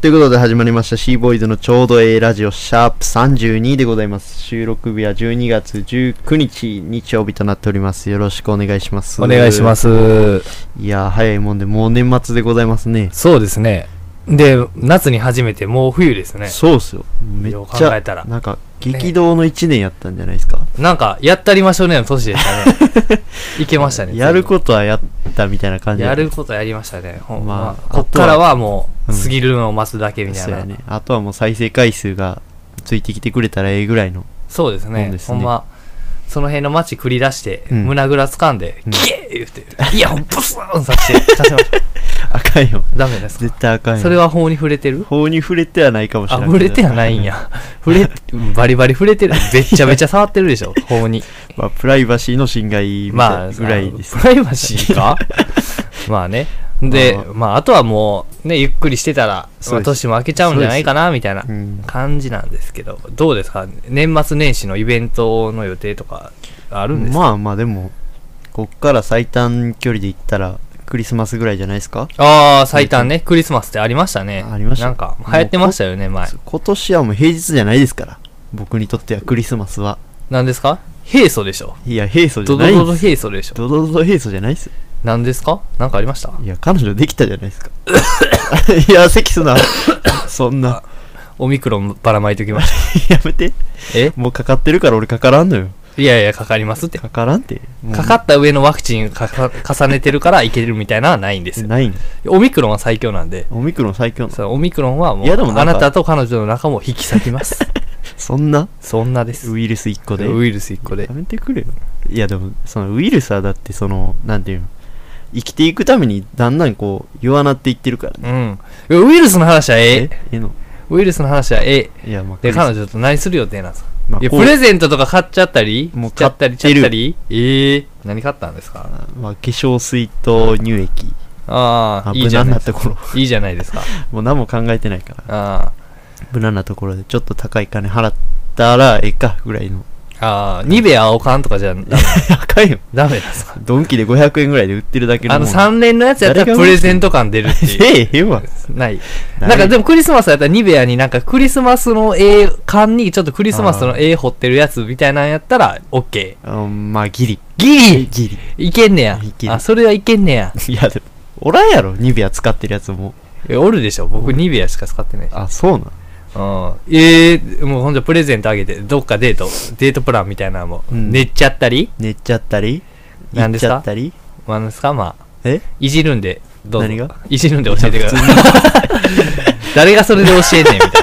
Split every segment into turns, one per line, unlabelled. ということで始まりました C ボーイズのちょうどええラジオシャープ32でございます。収録日は12月19日日曜日となっております。よろしくお願いします。。
お願いしますす。
いやー、早いもんで、もう年末でございますね。
そうですね。で、夏に初めてもう冬ですね。
そうっすよ。めっ
よう
ち
考え
ゃ、
たら。
なんか、激動の1年やったんじゃないですか。
なんか、やったりましょうねの年でしたね。 いけましたね。
やることはやったみたいな感じ
やることやりましたね。ほ
ま
んま
あ
あ、こっ
あ
か
とは
らはもう、
うん
過ぎるのを待つだけみた
そ
いうな。
やね。あとはもう再生回数がついてきてくれたらええぐらいの。
そうです
そう
ね
で。す
ほ
ね
んま、その辺の街繰り出して、
うん
胸ぐら掴んで
う、ん
キエー言って、イヤホンブスーンさ せて、させました。
あかんよ。
ダメですか
絶対あかんよ。
それは法に触れてる
法に触れてはないかもしれ
あ、
ない。
触れてはないん。や。触れ、バリバリ触れてる。べっちゃべちゃ触ってるでし ょ、法に。
まあ、プライバシーの侵害み
ま
た
あ、
いぐらいです。
プライバシーかまあね。で
まあ、
まあ、あとはもう、ね、ゆっくりしてたら、
そ
ま
う
あ、
です
年も明けちゃうんじゃないかな、みたいな
うん
感じなんですけど、どうですか年末年始のイベントの予定とか、あるんですか、
まあまあでも、こっから最短距離で行ったら、クリスマスぐらいじゃないですか
ああ、最短ね、クリスマスってありましたね。
ありました
なんか、流行ってましたよね、前。
今年はもう平日じゃないですから。僕にとってはクリスマスは。
何ですか平素でしょ。
いや、平素じゃ
ド
な
ド
い
ド
ん
ド
です。
平素でしょ。
ドドドド平素じゃないですよ。
何ですかなんかありました
いや、彼女できたじゃないですか。いや、咳すな。そんな。
オミクロンばらまいておきました。
やめて。
え
もうかかってるから俺かからんのよ。
いやいや、かかりますって。
かからんって。もう
かかった上のワクチンかか重ねてるからいけるみたいなのはないんですよ。
ないん
オミクロンは最強なんで、
オミクロン最強の。
そのオミクロンはもう
いやでもなんか
あなたと彼女の仲も引き裂きます。
そんな
そんなです。
ウイルス1個で。
ウイルス1個で
や。めてくれよ。いやでも、そのウイルスはだってその、なんていうの、生きていくためにだんだんこう、弱なっていってるからね。
うん。いやウイルスの話はええ。
えの
ウイルスの話はええ。
いや、まあ、
で、彼
女、
女と何する予定なんですか
まあ、
いや、
こ
プ
う
レゼントとか買っちゃったり
もう
しちゃったり、ち
買ってる
ゃったりええ何買ったんですか
まあ、化粧水と乳液。
ああ、
あ
いいじゃ
無
ない
難なと
ですか。
ころ。
いいじゃないですか。
もう何も考えてないから。
あ
無難なところで、ちょっと高い金払ったらええか、ぐらいの。
あ、ああ、ニベア青缶とかじゃダメ
高いよ。
ダメなんですか
ドンキで500円ぐらいで売ってるだけの
あ
も
の
ん。
3連のやつやったらプレゼント感出るって いう。
ええ、ええわ。
ない。
ない
なんかでもクリスマスやったらニベアになんかクリスマスの絵、缶にちょっとクリスマスの絵彫ってるやつみたいなんやったら OK。
うん、まあ、ギリ。
ギ
ギ
リ いけんねや
いけ。る
あ、それはいけんねや。
リ。いや、でも、おらんやろ、ニベア使ってるやつも。
えおるでしょ僕ニベアしか使ってないし。
あ、そうなん。
うん。えー、もうほんじゃプレゼントあげて、どっかデート、デートプランみたいなのも、
うん
寝ちゃったり、
寝ちゃったり、
何
行っ
です
ち
か
ゃったり。
まあ、なんですかまあ、
え
いじるんで、どうぞ。
何が
いじるんで教えてください。 誰がそれで教えてんみたいな。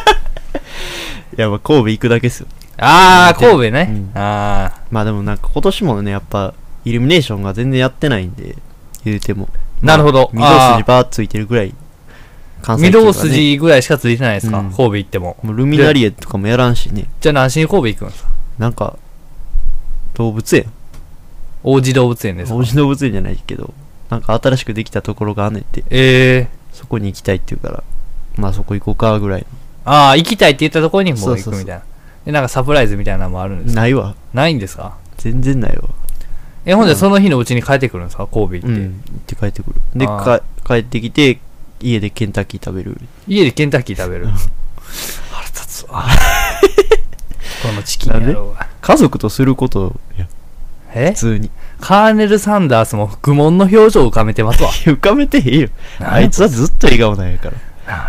いや、まあ神戸行くだけですよ。
ああ、神戸ね。
うん
ああ、
まあでもなんか今年もね、やっぱ、イルミネーションが全然やってないんで、言うても。
なるほど
御堂筋バーッついてるぐらい、関
御
地区が
堂
ね。
筋ぐらいしかついてないですか、
うん
神戸行っても。
もうルミナリエとかもやらんしね、
じゃあ何しに神戸行くんですか
なんか、動物園
王子動物園ですか
王子動物園じゃないけど、なんか新しくできたところがあんねんって、
ええー。
そこに行きたいって言うから、まあそこ行こうかぐらい
ああ、行きたいって言ったところにもう行
そうそう
く
そう
みたいな。で、なんかサプライズみたいなのもあるんで
の。
すか
ないわ。
ないんですか
全然ないわ。
え、ほんでその日のうちに帰ってくるんですか神戸
う
行って。
ん。行って帰ってくる。で、
あー
か帰ってきて、家でケンタッキー食べる。
家でケンタッキー食べる。腹立 つわ。このチキン野郎は。
家族とすることや、
え
普通に。。
カーネル・サンダースも愚問の表情を浮かめてますわ
浮かべていいよ。あいつはずっと笑顔なんやから。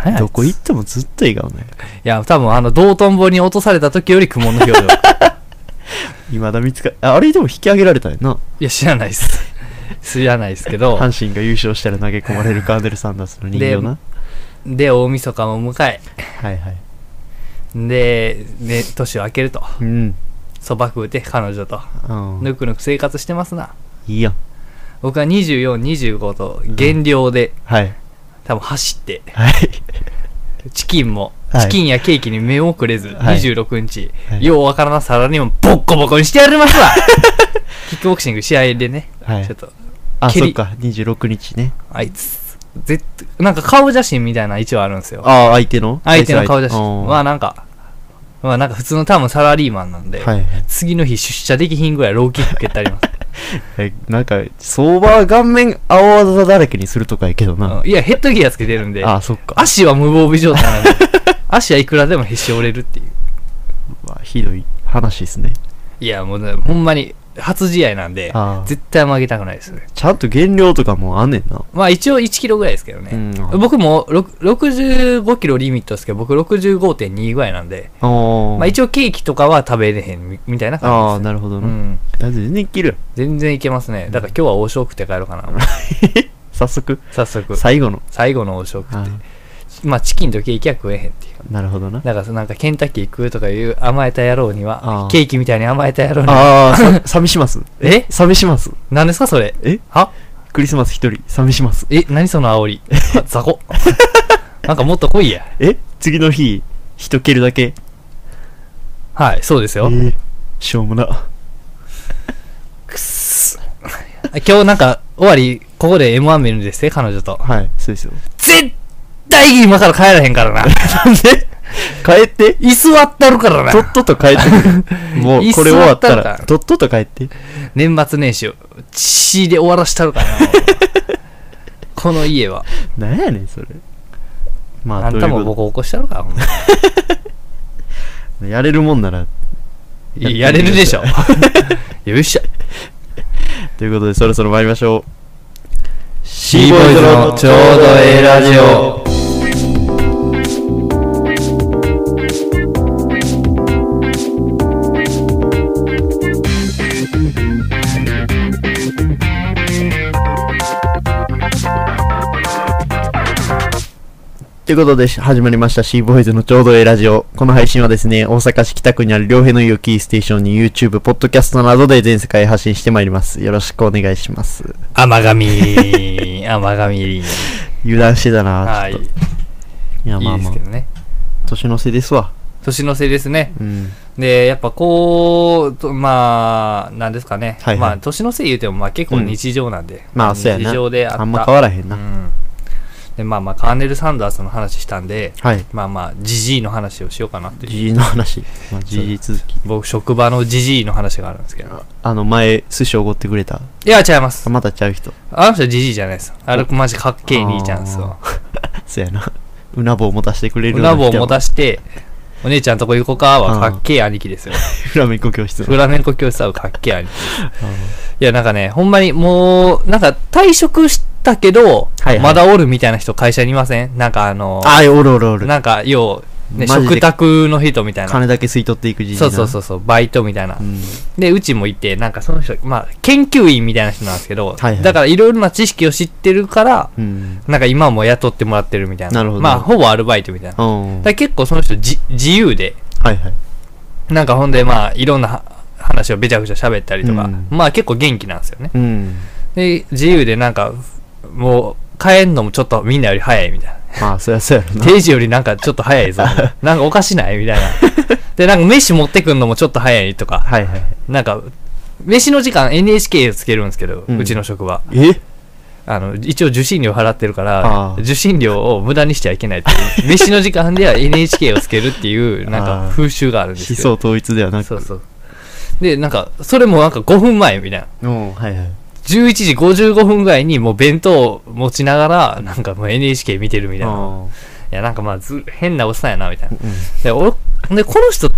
何や
どこ行ってもずっと笑顔なんやから。
いや、多分あの、道頓堀に落とされた時より苦悶の表情。
いまだ見つか、ああれでも引き上げられたよな。
いや、知らないです。 知らないですけど。
阪神が優勝したら投げ込まれるカーネル・サンダースの人形な。
で、大晦日も迎え。
はいはい。
で、ね、年を明けると。
うん。
そば食うて、彼女と。
うん。
ぬくぬく生活してますな。
いいやん。
僕は24、25と、減量で、
はい。
多分走って、
はい。
チキンも、
はい
チキンやケーキに目もくれず、
はい
26日、
はい
ようわからなさらにも、ボッコボコにしてやりま すわキックボクシング試合でね、
はい
ちょっ。と、
あ、
蹴り
そっか。26日ね。
あいつ、絶対、なんか顔写真みたいな一応あるんですよ。
ああ、相手の
相手の顔写真は
は
なんか、まあなんか普通の多分サラリーマンなんで、
いはい。
次の日出社できひんぐらいローキック蹴ったります。
えなんか、相場は顔面青技だらけにするとかやけどな。
うんいや、ヘッドギアつけてるんで、
あ、そっか。
足は無防備状態なんで、 足はいくらでもへし折れるっていう。
うわひどい話ですね。
いや、もうね、ほんまに、初試合なんで
あ、ー
絶対負けたくないですね。
ちゃんと減量とかもあんねんな。
まあ一応1キロぐらいですけどね。
うん
僕もろく65キロリミットですけど、僕65.2ぐらいなんで、
あー、
まあ一応ケーキとかは食べれへんみみたいな
あ
感
ー、
じで
なるほど
すね。う
な。
ん。
だって全然切るやん。
全然いけますね。だから今日は王将食って帰ろうかな。
早速、
早速。
最後の。
最後の王将食っ
あ
て。まあチキンとケーキは食えへんっていう。
なるほどな。
だからなんかケンタッキー食うとかいう甘えた野郎に
あ
は
ー、
ケーキみたいに甘えた野郎には、
あ あ、さ 寂します。
え
寂します。
何ですかそれ
え
は
クリスマス一人、寂します。
え何その 煽りあ雑魚 なんかもっと来いや。
え次の日、人蹴るだけ。
はい、そうです
え
よ。
ーしょうもな。
くっす。今日なんか、終わり、ここで M1 見るんですね、彼女と。
はい、そうですよ。
絶対今から帰らへんからな。なんで
帰って、
居座ったるからな
と。っとと帰 って。もう、これ終わったら、
椅子座ったら
とっとと帰って。
年末年始を、血で終わらしたるから な。この家は。
なんやねん、それ。まあ、
あん
とい
た
う
もボ
こ
コボコしたるから、ほんま
とでやれるもんなら、
いややれるでしょ。 よいしょ。
ということで、そろそろ参りましょう。シ
ーボーイズのちょうどええラジオ。
ということで、始まりました C ボーイズのちょうどええラジオ。この配信はですね、大阪市北区にある両平の湯をキーステーションに YouTube、ポッドキャストなどで全世界へ発信してまいります。よろしくお願いします。
甘神、 甘神。
油断してたな
はい。
ちょっ
い
と。いや、まあ
いで
ますあ
け、どね。
年の瀬ですわ。
年の瀬ですね。
うん。
で、やっぱこう、とまあ、なんですかね。
はいはい
まあ、年のせい言うても、まあ結構日常なんで。
まあ、そうやな。
日常であった。
あんま変わらへんな。
うん。で、まあまあ、カーネル・サンダースの話したんで、
はい。
まあまあ、ジジイの話をしようかなっていう。
じじいの話。まあ、じじい続き。
僕、職場のジジイの話があるんですけど。
ああの、前、寿司おごってくれた。
いや、違います
あ。またちゃう人。
あの人はジジイじゃないです。あれ、マジかっけえ兄ちゃんですよ。
そうやな。 うな棒持たしてくれる
うな棒持
た
たして、お姉ちゃんとこ行こうかはかっけえ兄貴ですよ。
フラメンコ教室
フ
の。
ラメンコ教室はかっけえ兄貴。いや、なんかね、ほんまにもう、なんか退職したけど、
はいはい
まだおるみたいな人会社にいませんなんかあの、
ああ、おるおるおる。
なんか、要、ね、
マジで
食卓の人みたいな。
金だけ吸い取っていくじじい。
そうそうそううそう、バイトみたいな
う。ん。
で、うちもいて、なんかその人、まあ、研究員みたいな人なんですけど、
はいはい
だからいろいろな知識を知ってるから、
うん。
なんか今も雇ってもらってるみたいな。
なるほど
まあ、ほぼアルバイトみたいな。だか
うん。は
ら結構その人じ、自由で、
いはい。
なんかほんで、まあ、いろんなは話をべちゃくちゃ喋ったりとか、
うん
まあ結構元気なんですよね。
うん。
で、自由でなんか、もう、帰んのもちょっとみんなより早いみたい
まあ、そりゃそうやろ
な。
な。
定時よりなんかちょっと早 いぞ。なんかおかしないみたいな。で、なんか飯持ってくんのもちょっと早いとか、
はいはい。
なんか、飯の時間 NHK つけるんですけど、
う
うんちの職場。
え
あの、一応受信料払ってるか
あ
ら
あ、
受信料を無駄にしちゃいけないっていう、飯の時間では NHK をつけるっていう、なん
ああ
か風習があるんです
思
けど
想統一ではな
そう
く。
そう。で、なんか、それもなんか5分前みたいな。
うん、はいはい。
11時55分ぐらいにもう弁当を持ちながら、なんかもう NHK 見てるみたいな。
あ
いや、なんかまあず、変なおっさんやな、みたいな
ー。うん。
で、おでこの人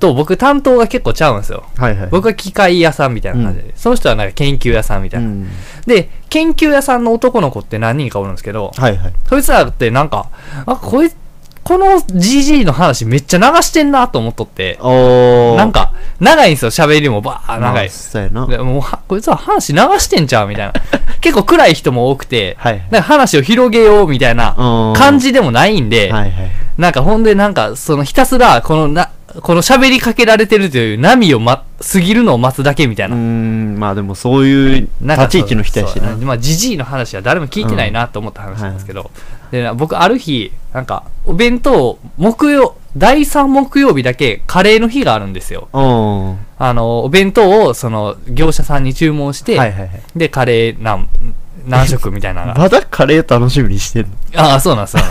と僕担当が結構ちゃうんですよ。
はいはい。
僕は機械屋さんみたいな感じで、その人はなんか研究屋さんみた
う
いな。
ん。
で、研究屋さんの男の子って何人かおるんですけど、
はいはい。
そいつらってなんか、あ、こいつ、この GG の話めっちゃ流してんなと思っとって、
おー。
なん、か、長いんですよ、喋りもばー長い。
そうやな。
でもうは、こいつは話流してんちゃうみたいな。 結構暗い人も多くて、
はいはい
なんか話を広げようみたいな感
感
じでもないんで、
はいはい。
なんかほんでなんか、そのひたすら、このな、この喋りかけられてるという波をま、過ぎるのを待つだけみたいう
ー
な。
ん、まあでもそういう
なんか
立ち位置の人やしな
そう。まあ、じじいの話は誰も聞いてないなと思った話なんですけど、でな僕、ある日、なんか、お弁当を、木曜、第3木曜日だけカレーの日があるんですよ。
うん。は
あの、お弁当を、その、業者さんに注文し
い
て、
はいはい。
で、カレー何、何食みたいな のが。
まだカレー楽しみにしてんの
ああ、そうなんですよ。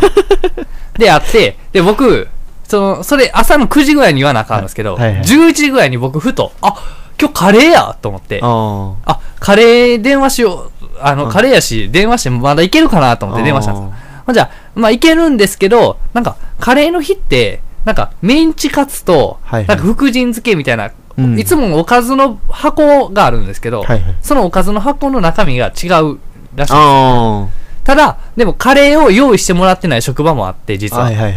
で、あって、で、僕、その、それ朝の9時ぐらいに言わなあかんんですけど、
はいはいはい
11時ぐらいに僕ふと、あ、今日カレーやと思って、
あ
あ、カレー電話しよう。あ
う
の、
ん
カレーやし、電話してまだいけるかなと思って電話したんです。まあ、じゃあ、まあいけるんですけど、なんか、カレーの日って、なんか、メンチカツと、
はいはい
なんか、福神漬けみたいな、
うん
いつものおかずの箱があるんですけど、
はいはい
そのおかずの箱の中身が違うらしい。
あ
ただ、でもカレーを用意してもらってない職場もあって、
あ
実は。
はいはいはい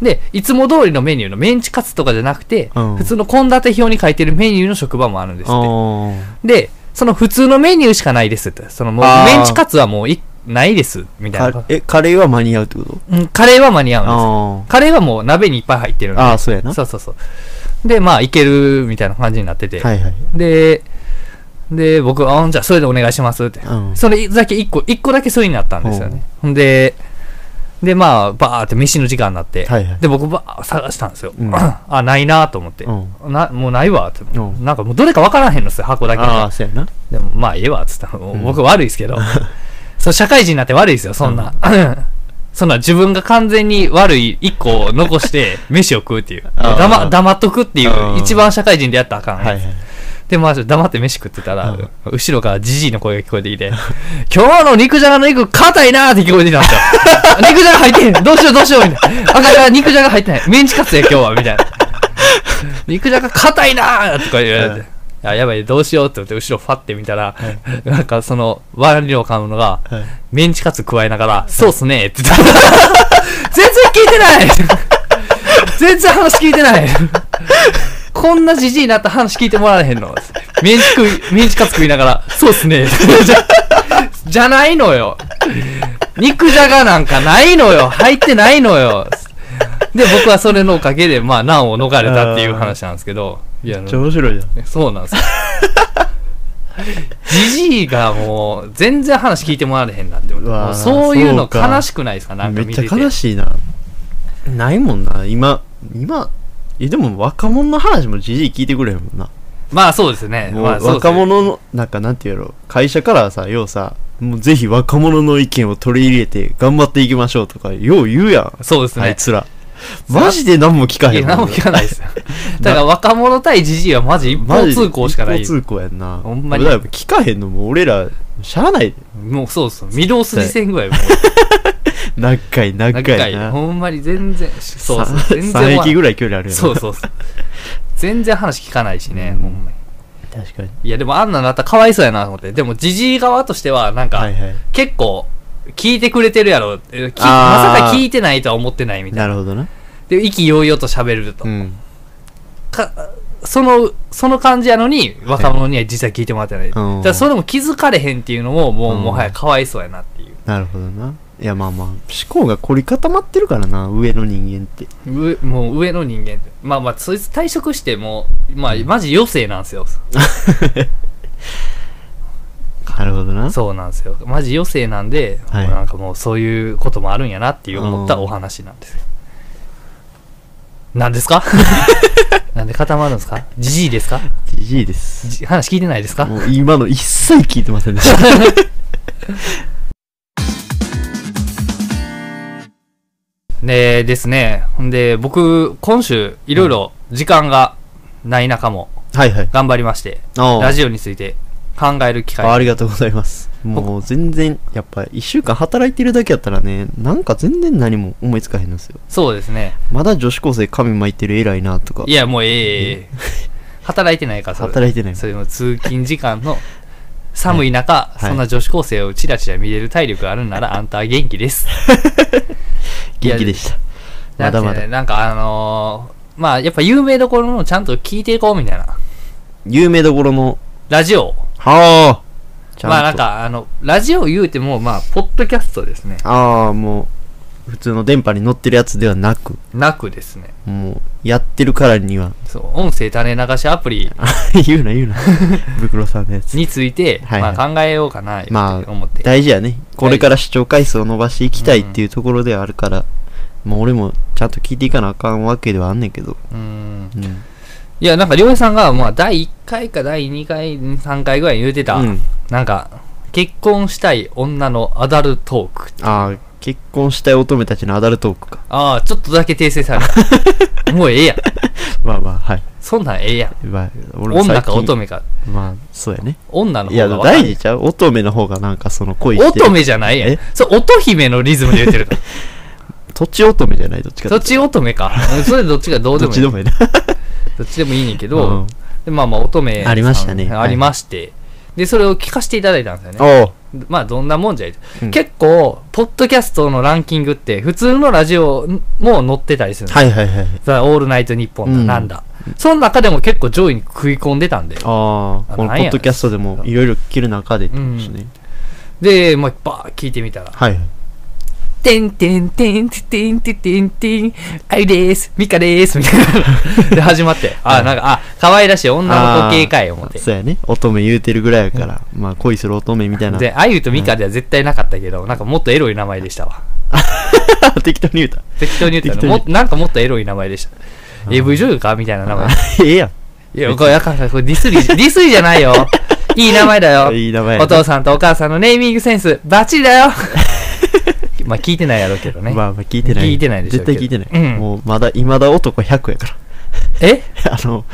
で、いつも通りのメニューのメンチカツとかじゃなくて、
うん
普通の献立表に書いてるメニューの職場もあるんですって。
あ
で、その普通のメニューしかないですって。そのもう
あー
メンチカツはもういないです、みたい
あ
な
か。えカレーは間に合うってこと
うんカレーは間に合うんで
あ
す。カレーはもう鍋にいっぱい入ってるんで。
ああーそうやな
そうそうそう。で、まあ、いけるみたいな感じになってて。
はいはい
で、で、僕、あじゃあそれでお願いしますって。
うん
それだけ1個、一個だけそれになったんですよね。ほんで、で、まあ、バーって飯の時間になって、
はいはい
で、僕、ばー探したんですよ。
うん
あ、ないなと思って、
う
な。もうないわって、
うん
なんかもうどれかわからへんのですよ、箱だけ
ああ
が。
そうやな
でも、まあ、ええわっつったの。
ん
僕悪いで すけど、そう、社会人になって悪いですよ、そんな。 そんな自分が完全に悪い1個を残して飯を食うっていう。
あー
黙黙っとくっていう
う、ん
一番社会人でやったらあかんやつ。
はいはい
で、まあ、黙って飯食ってたら、
うん
後ろからジジイの声が聞こえてきて、 今日の肉じゃがの肉硬いなーって聞こえてきた んですよ。肉じゃが入ってへんどうしようどうしようみたいな。赤じゃが肉じゃが入ってない。メンチカツや今日はみ たいな。肉じゃが硬いなーとか言われ
うん
て。あやばいどうしようって思って後ろファって見たら、なんかそのワンリを買うのが、
はい
メンチカツ加えながら、そうっすねって言ってた。全然聞いてない全然話聞いてないこんなじじいになったら話聞いてもらえへんのメンチ食い、メンチカツ食いながら、そうっすねじゃ、じゃないのよ。肉じゃがなんかないのよ。入ってないのよ。で、僕はそれのおかげで、まあ、難を逃れたっていう話なんですけど、いや、
めっちゃ面白いじゃん
そうなんです よ。じじいがもう、全然話聞いてもらえへんなって思っ
う
て
わ
もう
ー
そういう
そ
の
うか
悲しくないですかなんか
めっ
見
ち
て
ゃ
て。
悲しいなないもんな今今えでも若者の話もじじい聞いてくれへんもんな
まあそうですね。
もう
まあ、そうです
若
ね
者のなんかなんていうやろ会社からはさようさもうぜひ若者の意見を取り入れて頑張っていきましょうとかよう言うやん
そうです
あ
ね
い。つらマジで何も聞か
い
へん
や、何も聞かない ですよ。だから若者対じじいはマジ一
マ
方
ジで
通行しかない
一。方通行やんな
ほんまに
だから聞かへんのもう俺らしゃあないで
もうそうっす。御堂筋線ぐらいもう。
何回何回
長い
な
ほんまに全然、そうそう。全然わ
3駅ぐらい距離あるやん
そうそうそう。全然話聞かないしね、
うん
ほんまに。
確かに
いや、でもあんなんなったらかわいそうやなと思って。でも、じじい側としては、なんか、
はいはい
結構、聞いてくれてるやろ。えきま
あー
さか聞いてないとは思ってないみたい
な
な。
るほどな
で、意気揚々と喋ると、
うん
か。その、その感じやのに、若者には実際聞いてもらってない。
うん
だからそれも気づかれへんっていうのも、もう、
うん
もはやかわいそうやなっていう。
なるほどないやまあまあ思考が凝り固まってるからな上の人間 って
うもう上の人間って。まあまあ、そいつ退職してもう、まあ、マジ余生なんですよ。
なるほどな
そうなんですよ。マジ余生なんで、
はい
もうなんかもうそういうこともあるんやなっていう思ったお話なんですよ。なんで すかなんで固まるんですかじじいですか
じじいです
じ話聞いてないですか
もう今の一切聞いてませんで した
でですね、ほんで僕、今週いろいろ時間がない中も
はいはい
頑張りまして、
あ
ラジオについて考える機
ああ
会。
りがとうございますもう全然やっぱ一週間働いてるだけやったらねなんか全然何も思いつかへんのですよ
そうですね。
まだ女子高生髪巻いてる偉いなとか
いや、もうええええええ働いてないから、それ
働いてない
それも通勤時 間の寒い中、
い
そんな女子高生をチラチラ見れる体力があるん なら、あんたは元気です。
元気でしたまだまだ
なんてねなんかあのーまあやっぱ有名どころのちゃんと聞いていこうみたいな。
有名どころの
ラジオ。
はあちゃんと
まあなんかあの、ラジオ言うても、まあ、ポッドキャストですね。
ああもう普通の電波に乗ってるやつではなく
なくですね。
もうやってるからには
そう、音声垂れ流しアプリ
言うな言う なブクロさんのやつ
について、
はいはい
まあ考えようかな、って
まあ
思って。
大事やねこれから視聴回数を伸ばしていきたいっていうところではあるから、もう俺もちゃんと聞いていかなあかんわけではあんねんけど、
うん
うん、
いや、なんか、りょうやさんが、まあ、第1回か第2回、3回ぐらいに言うてた、
うん
なんか、結婚したい女のアダルトーク。
ああ結婚したい乙女たちのアダルトークか
ああ、ちょっとだけ訂正された。もうええや。
まあまあ、はい。
そんなんええやん。
まあ、俺も最近
女か乙女か。
まあ、そうやね。
女の
い
方
や、で
が
も
わかる
大事ちゃう乙女の方がなんかその恋してる。
乙女じゃないやん
え。
それ乙姫のリズムで言ってる から。
土地乙女じゃない、どっちか
どっち乙 女か。うんそれどっちかどうで
どっ
もい
ち
い。
で
ど
もいいな。
っちでもいいねんけ
うん
ど、でまあまあ乙女さん。
ありましたね
ありまして。で、それを聞かせていただいたんですよね。
おう。
まあどんなもんじゃい、
うん
結構、ポッドキャストのランキングって、普通のラジオも載ってたりするの。
はいはいはい。
ザ・オールナイトニッポンだ、
うん
なんだ。その中でも結構上位に食い込んでたんで。
ああ、
あ
このポ
なんや
ッドキャストでもいろいろ聞ける中でってことですね。
で、まあ、ばー聞いてみたら。
はいはい。
てんてんてんてんてんてんてんてん、あゆです、みかです、みたいな。で、始 まって。あ、なんか、あ、可愛らしい女の子系かい、思って。
そうやね。乙女言うてるぐらいやから、まあ恋する乙女みたいな。
で、あゆとみかでは絶対なかったけど、なんかもっとエロい名前でしたわ。
適当に言うた。
適当に言った
適当
ら、
に
もなんかもっとエロい名前でした。AV 女優かみたいな名前。
ええやん。
いや、これ、あかんあかんこれディスり、 ディスりじゃないよ。いい名前だよ。
いい名前やね
お父さんとお母さんのネーミングセンス、バッチリだよ。まあ、聞いてないやろうけどね。
まあまあ聞いてない。
聞いてないでしょう
絶対
け
聞
ど
いてない。
うん
もうまだ、いまだ男100やから。
え
あの、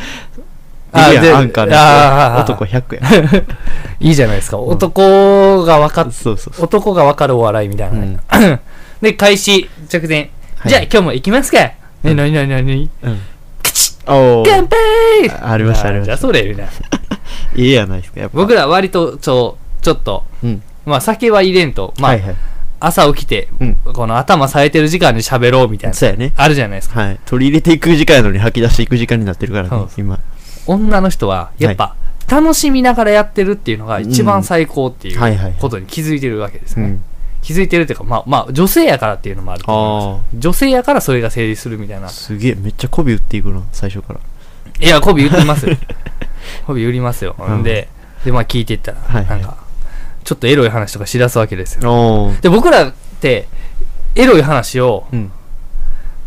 あ
いるやん
で
アンカーの
あー
やつ男100や。
いいじゃないですか。男が分かっ、
そうそうそう。
男が分かるお笑いみたいなね。
うん
で、開始直前。
はい
じゃあ、今日も行きますか。ね、
う
なんになになに
うん。
カチ
お
ッ乾
ー。
杯
あありましたありました
じゃあ、それ、みたいな。
いいやないですか、やっぱ。
僕ら割と、ちょ、ちょっと、
うん。
まあ、酒は入れんと、まあ、
はいはい。
朝起きて、
うん
この頭冴えてる時間に喋ろうみたいな。
そうやね。
あるじゃないですか。
はい。取り入れていく時間やのに吐き出していく時間になってるから
そう
ね、今。
女の人は、やっぱ、楽しみながらやってるっていうのが一番最高ってい
うんはいはいう
ことに気づいてるわけです
う
ね。
ん。
気づいてるっていうか、まあ、まあ、女性やからっていうのもあると思います。女性やからそれが成立するみたいな。
すげえ、めっちゃ媚び打っていくな、最初から。
いや、媚び売りま すよ。媚び売りますよ。
うん
で、で、まあ聞いていったら、
はいはい
なんか、ちょっとエロい話とか知らすわけですよ。
おー。
で、僕らって、エロい話を、
うん。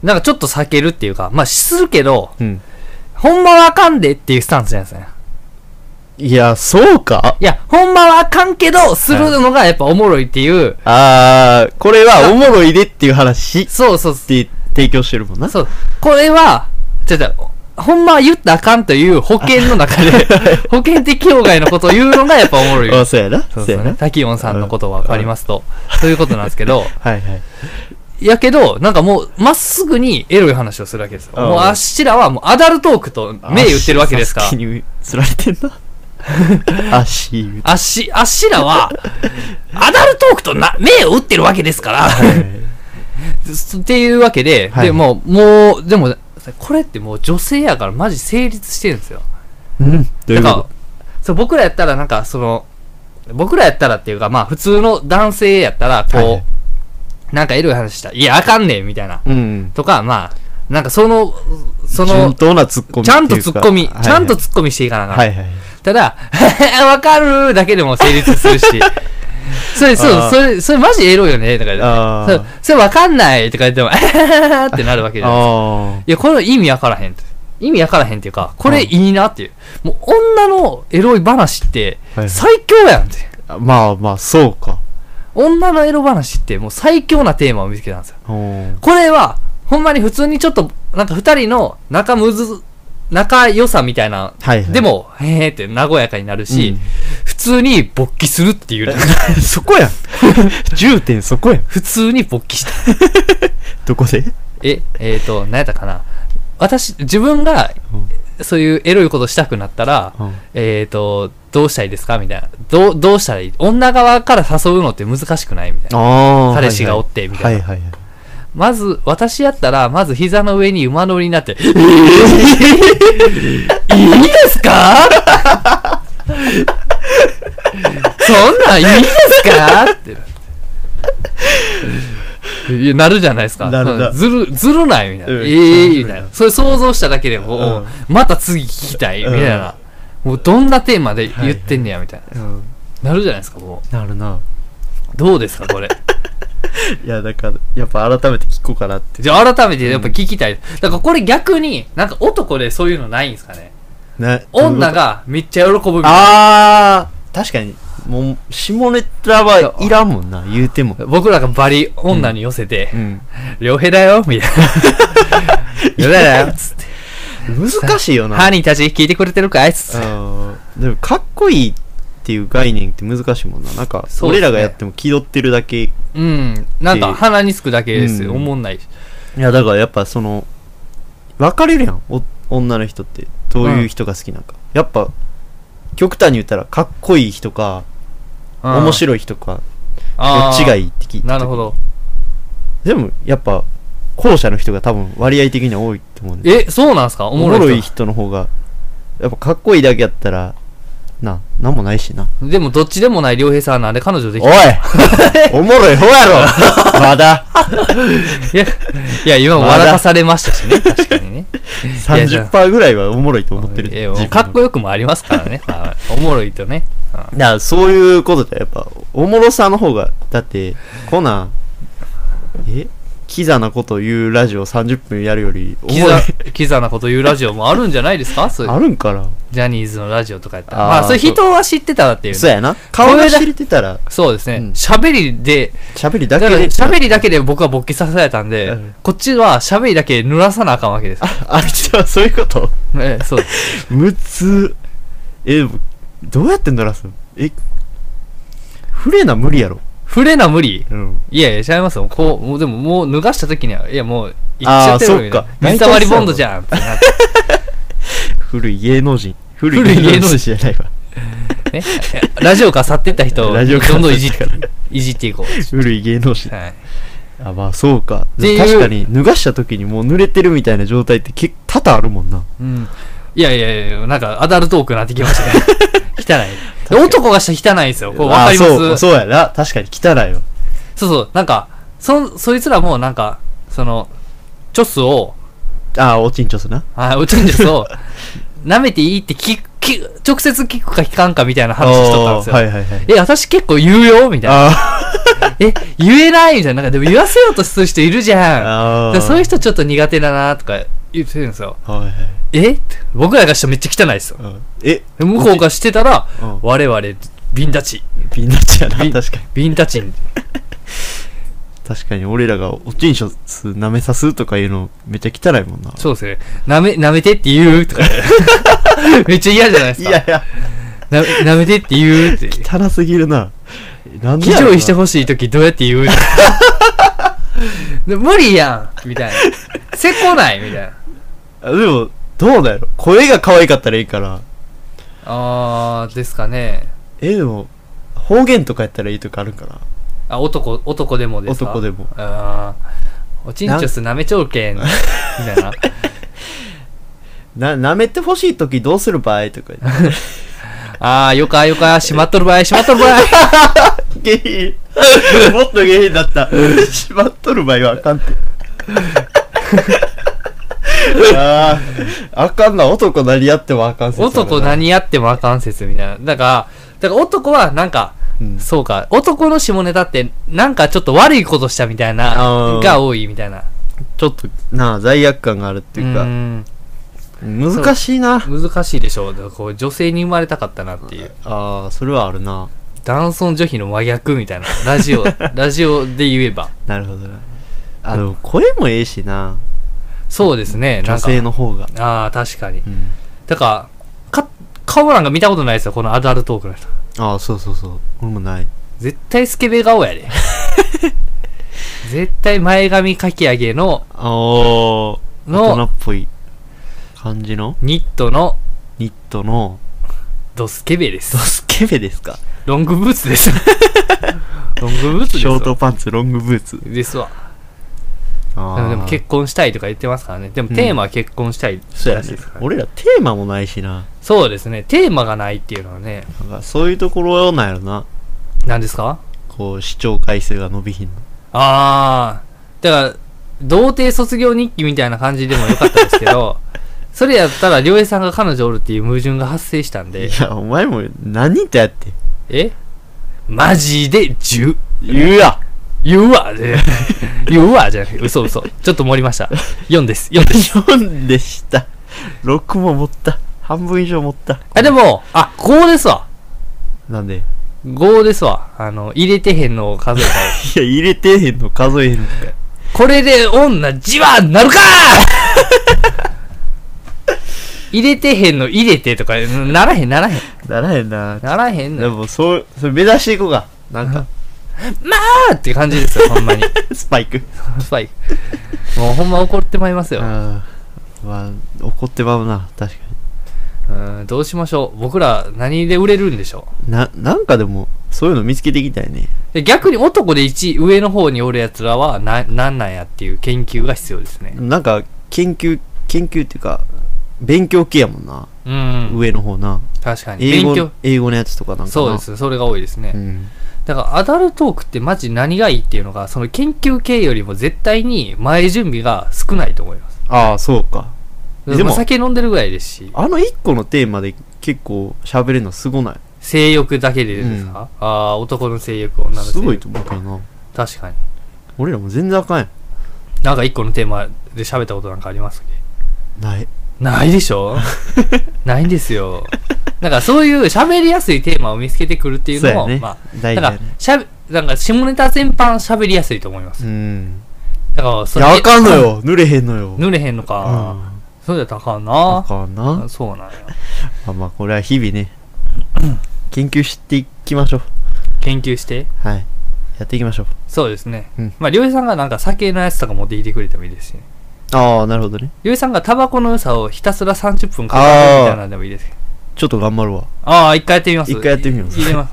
なんかちょっと避けるっていうか、まあするけど、
うん。
ほんまはあかんでっていうスタンスじゃないですか、ね。
いや、そうか
いや、ほんまはあかんけど、するのがやっぱおもろいっていう、
あー、これはおもろいでっていう話っ
そうそうそ
て提供してるもんな。
う、そう、これは、ちょっと、ほんまは言ったらあかんという保険の 中で、保険適用外のことを言うのがやっぱおもろい。
あ、そうやな。
そ
そうう
で
や
す
な
ね。。滝音さんのことは分かりますと。そういうことなんですけ ど、
はいはい。
やけど、なんかもう、まっすぐにエロい話をするわけですよ。
うん
もう、あっしらはもうアダルトークと目打ってるわけですから
足。につられてんな。 足言うて。
あっし、あっし らは、アダルトークとな、目を打ってるわけですから。っていうわけで、
はい
でもう、もう、でも、これってもう女性やからマジ成立してるんですよ。
うん。どうい
だ
う
か
こ
ら、そう、僕らやったらなんか、その、僕らやったらっていうか、まあ普通の男性やったら、こう、
はいはい
なんかエロい話したら、いや、あかんねん、みたいな。
とうん。
とか、まあ、なんかその、その
順、当なツッコミ
ちゃんと
ってい
突
う
っ
か
込み、
はい
ちゃんと突っ込みしていかなあかん
はいはい。
ただ、 わかるだけでも成立するし。 それ、そ
あ
う、
ー
それ、それマジエロいよねとか言
あ
って
ー
そう。それわかんないとか言っても、 ってなるわけじゃないですか。
あ
いや、この意味わからへんって。意味わからへんっていうか、これいいなっていう。もう女のエロい話って
はい
最強やんって。
あ。まあまあ、そうか。
女のエロ話ってもう最強なテーマを見つけたんですよ。
おー
これは、ほんまに普通にちょっと、なんか二人の仲むず、仲良さみたいな。
はいはい。
で、も、へーって和やかになるし、
うん
普通に勃起するっていう。
そこやん。重点そこやん。
普通に勃起した。
どこで
え、えっ、ー、と、何やったかな。私、自分が、そういうエロいことしたくなったら、
うん
えっ、ー、と、どうしたらいいですかみたいな。どう、どうしたらいい女側から誘うのって難しくないみたいな。
ああ。
彼氏がおってみたいな
はいはいはい。
まず、私やったら、まず膝の上に馬乗りに なって、えー、いいですかそんなんいいですかってなって。いやなるじゃないですか。
なるな
うんずる、ずるないみたいな。
うん
ええみたいな。それ想像しただけでも、
うん
また次聞きたいみたいな。もうどんなテーマで言ってんねやみたいな。
うん。
なるじゃないですか、も
なるな。
う。どうですか、これ。
いや、だから、やっぱ改めて聞こうかなって。
じゃあ改めてやっぱ聞きたい。だからこれ逆に、なんか男でそういうのないんですかね。
ね。
女がめっちゃ喜ぶみたいな。
あー、確かに、もう、下ネタはいらんもんな、言うても。
僕らがバリ女に寄せて
う、ん。
両平だよみたいな。両平だよっつって。
難しいよな。
ハニーたち聞いてくれてるかいっつって
あーでもかっこいいっていう概念って難しいもんななんか
そうで
俺
すね
らがやっても気取ってるだけい
うん。なんか鼻につくだけですよ。
うん
おもんないし。
やだからやっぱその分かれるやんお女の人ってどういう人が好きなんか、やっぱ極端に言ったらかっこいい人か面
い。
白い人かど
あ
っ
ー
ちがいいって聞いて
なるほど。
でもやっぱ後者の人が多分割合的には多いと思うんで
え、そうなんすかお
お
も
も
ろい人
ろい人の方がやっぱかっこいいだけやったらななんもないしな
でもどっちでもない良平さんはなんで彼女で き
おい
た
おもろい方やろ まだ
いや、いや今も
まだ
笑かされましたし ね。確かにね。
30%ぐらいはおもろいと思ってる。
えかっこ
いい。
よくもありますから ね。まあおもろいとね。
だからそういうことでやっぱ、おもろさの方が、だって、コナン、えキザなこと言うラジオ30分やるより、お
キ
もろ
ザ
い。、
キザなこと言うラジオもあるんじゃないですかそうい
あ
う
るんかな
ジャニーズのラジオとかやったら。
あー
まあ、それ人は知ってたっていうね。
そうやな。顔が知れてたら、
そうですね
うん。
喋りで、
喋り
だ
だ
か
け
ら
で。
喋りだけで僕は勃起させられたんで
うん、
こっちは喋りだけ濡らさなあかんわけです。
あ、じゃあそういうこと
ええそうです。
むつ。え、どうやって濡らすのえ、フレな無理やろ。
触れな無理
うん。
いやいや、違いますよ。こう、もうでももう脱がした時には、いやもう、いっち
あ
ゃ
ー
ってるわけ
そっか
水溜りボンドじゃんってなって
古い芸能人。古
い芸能人
じゃないわ。
ね。 ラジオから去ってった人をど
ラジオから去
ん
って
どんいじっ
った
て
か、
いじっていこう。
古い芸能人。
はい。
あまあそうか
っていう
確かに脱がした時にもう濡れてるみたいな状態って結多々あるもんな
うん。いやいやいや、なんかアダルトークになってき ましたね。汚い。で男がしたら汚いんですよ。これわかります
あそうそうやな確かに汚いよ
そうそう、なんか、そ、そいつらもなんか、その、チョスを、
ああおちんちょすな
あ、うちんです を、舐めていいって聞く、聞く直接聞くか聞かんかみたいな話しとったんですよ。
おーはいはいはい
え、私結構言うよみたいな。
あ
え、言えないみたいな。なんかでも言わせようとする人いるじ
ー
ゃん。
あ
でそういう
人
人ちょっと苦手だなとか言ってるんですよ。
はいはい
えって僕らがしたらめっちゃ汚いですよ。
うんえ
で向こうがしてたら
うん、
我々、ビンダチ。
ピンナッチやな
ビン
確かに
ビンダチン。
確かに俺らがおちんちょす舐めさすとかいうのめっちゃ汚いもんな
そうですね。舐め、舐めてって言 うとか。めっちゃ嫌じゃないです
い
か。
やいや
な舐めてって言うって。
汚すぎるななん
非
やろ
常
な
にしてほしいときどうやって言う で無理やんみたいな。せこないみたいな。
あでもどうだよ声が可愛かったらいいから
あー、ですかね。
えでも方言とかやったらいいとかあるんかな
あ、男、男でもですか
男でも
あー、おちんちょす舐めちょ うけん。みたいな。
な、舐めてほしいときどうする場合 とか言って。
あー、よかよか、しまっとるばい、しまっとるばい。
下品。もっと下品だった。しまっとる場合はあかん って。ああ、あかんな。男何やってもあかん説あるな
男何やってもあかん説みたいな。だから、だから男はなんか、
うん
そうか、男の下ネタって、なんかちょっと悪いことしたみたい
あ
な、
ー
が多いみたいな。っ
ちょっと、なあ、罪悪感があるっていうか、難しいな。
難しいでしょう。だからこう女性に生まれたかったなっていう。
ああ、それはあるな。
男尊女卑の真逆みたいな。ラ ジオ、ラジオで言えば。
なるほどな。あの、声もええしな。
そうですね。
女性の方が。
なんか。ああ、確かに
う。ん。
だから、か、顔なんか見たことないですよ。このアダルトークの人。
ああ、そうそうそう。俺もない。
絶対スケベ顔やで。 絶対前髪かき上げの、
ああ、大人
の、
っぽい感じの
ニットの、
ニットの、
ドスケベです
ド。スケベですか
ロングブーツです。 ロングブーツです
ショート
わ。
パンツ、ロングブーツ。
ですわ。
あ
でも結婚したいとか言ってますからね。でもテーマは結婚したい
そうや
らしい
ね
ですからね
俺らテーマもないしな。
そうですね。テーマがないっていうのはね、
なんかそういうところなんやろな。
何ですか
こう、視聴回数が伸びひんの。
あー、だから、童貞卒業日記みたいな感じでもよかったですけど、 それやったら、りょうえさんが彼女おるっていう矛盾が発生したんで
い、や、お前も何人とやって。
えマジで10。
言うや
言うわ で言うわじゃなくて、嘘嘘。ちょっと盛りました。4です。4です。
!4 でした。6も持った。半分以上持った。
あ、でも、あ、5ですわ。
なんでい
5ですわ。あの、入れてへんのを数えたら。
や、入れてへんの数えへんのか。
これで女じわなるか 入れてへんの入れてとか、ならへんならへん。
ならへんな。
ならへんの
で
よ。
も、そう、それ目指していこうか。なんか、
まあって感じですよ、ほんまに。
スパイク。
スパイクもうほんま怒ってまいりますよ。
あーまあ、怒ってまうな、確か
うん、どうしましょう。僕ら何で売れるんでしょ
に。な、なんかでも、そういうの見つけていきたいね。
う。で逆に男で一位上の方におる奴らはな、なんなんやっていう研究が必要ですね。
なんか、研究、研究っていうか、勉強系やもんな。
うん。
上の方な。
確かに。
英
勉
語
強。、
英語のやつとかなんかな。
そうで。す。それが多いですね。
うん。
だからアダルトークってマジ何がいいっていうのが、その研究系よりも絶対に前準備が少ないと思います。
ああ、そうか。えで
で
も
も酒飲んでるぐらいですし、
あの一個のテーマで結構喋れるのすごない。
性欲だけでですか、ああ、男の性欲、女の性欲。
すごいと思うからな。
確かに。
俺らも全然あかんやん。
なんか一個のテーマで喋ったことなんかありますっけ
ない。
ないでし ょないんですよ。だからそういう喋りやすいテーマを見つけてくるっていうのも、
そうやね
まあ、
大
だ
事だ
から
ね。
しゃべ、なんか下ネタ全般喋りやすいと思います。
うん。
だからそ
い
れ
や、あかんの。よ。濡れへんのよ。
濡れへんのか。
うん
そうだったらあかん
あ
な。
かんな。
そうなんや。
まあまあ、これは日々ね、研究していきましょう。
研究して。
はい。やっていきましょう。
そうですね。
うん
まあ、りょうじさんがなんか酒のやつとか持ってきてくれてもいいですしね。
ああ、なるほどね。
りょうじさんがタバコの良さをひたすら30分語るみたいなのでもいいですけど。
ちょっと頑張るわ。
ああ、一回やってみます。
一回やってみます
入れます。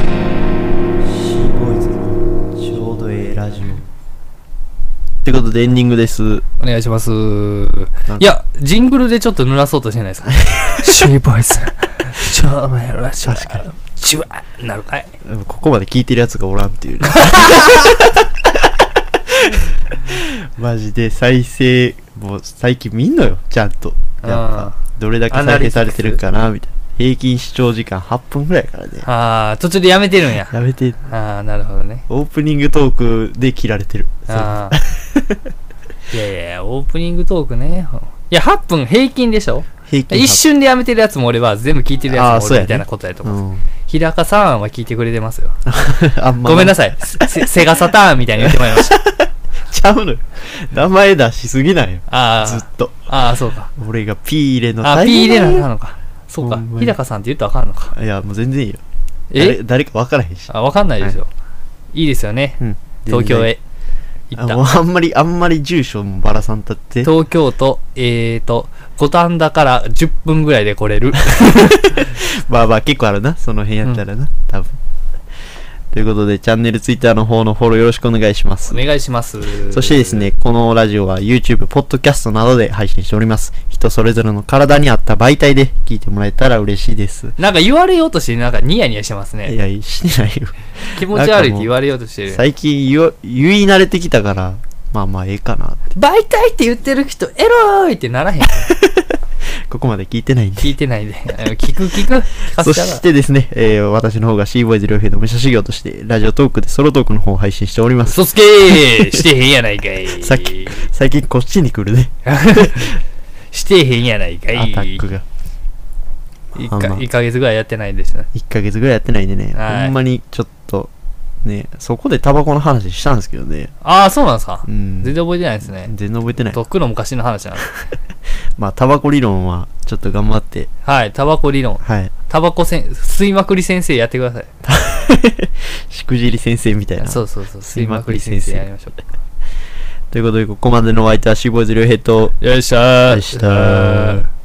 シーボーイズのちょうどええラジオ。ってことでエンディングです。
お願いします。
か
いや、ジングルでちょっと濡らそうとしてな いですかシーボイス。ちょ、お前ら、ちょ、
確かに
ちわなるかい。
ここまで聞いてるやつがおらんっていう ね。マジで再生、もう最近見んのよ、ちゃんと。やっぱ、どれだけ再生されてるかな、みたいな。平均視聴時間8分ぐらいからね。
ああ、途中でやめてるんや。
やめて、
ああ、なるほどね。
オープニングトークで切られてる。
ああ。いやいやいや、オープニングトークね。いや、8分平均でしょ
平均8分
一瞬でやめてるやつもおれば、全部聞いてるやつもお
あーそう
る
やね
みたいなことやと思う。
うん。
日高さんは聞いてくれてますよ。
あんま
ごめんなさい。せセガサターンみたいに言ってまいりました。
ちゃうのよ。名前出しすぎないよ。
あ
ずっ
あ、
と。
ああ、そうか。
俺がピー入れの
あ、
大
ピー
変
入れ
だ
な
よ
あかんのか。そうか
ほん。ま
日
に
高さんって言ったらあかんのか。
いや、もう全然いいよ。誰
え
誰か分からへんし。
あ、わかんないですよ。いいですよね。
うん
東京。へ行
あ
っ
もう
た。
あんまり、あんまり住所もばらさんたって。
東京都、えーと、五反田から10分ぐらいで来 れる。
まあまあ結構あるな。その辺やったらな。多分。ということで、チャンネル、ツイッターの方のフォローよろしくお願いします
お。願いします。
そしてですね、このラジオは YouTube、Podcast などで配信しております。人それぞれの体に合った媒体で聞いてもらえたら嬉しいです。
なんか言われようとして、なんかニヤニヤしてます
い
ね。
や、してないよ。
気持ち悪いって言われようとしてる。
最近言わ言い慣れてきたから、まあまあええかな。
媒体って言ってる人、エロいってならへん。
ここまで聞いてないんで。
聞いてないで。あの聞く聞く。聞か
そ
せたら
し。てですね、えー私の方が c ボーイズ両平の武者修行として、ラジオトークでソロトークの方を配信しております。
嘘つけーしてへんやないかい。
さっき。最近こっちに来るね、
してへんやないか
ア
い。
タックが。
1
あま
か
あ
一ヶ月ぐらいやってないですね。
1ヶ月ぐらいやってないんでね、
はい
ほんまにちょっと、ね、そこでタバコの話したんですけどね。
ああ、そうなんすか
う。ん。
全然覚えてないですね
全。然覚えてない。
とっくの昔の話なんで。
まあ、タバコ理論は、ちょっと頑張って、
はい、タバコ理論。
はい。
タバコせん、吸いまくり先生やってください。
しくじり先生みたいな。
そうそうそう、吸
吸
い
い
ま
ま
く
く
り
り
先
先
生
生
やりましょ
ということで、ここまでのお相手はシーボーイズ両平と、
う。よいしょー。
でした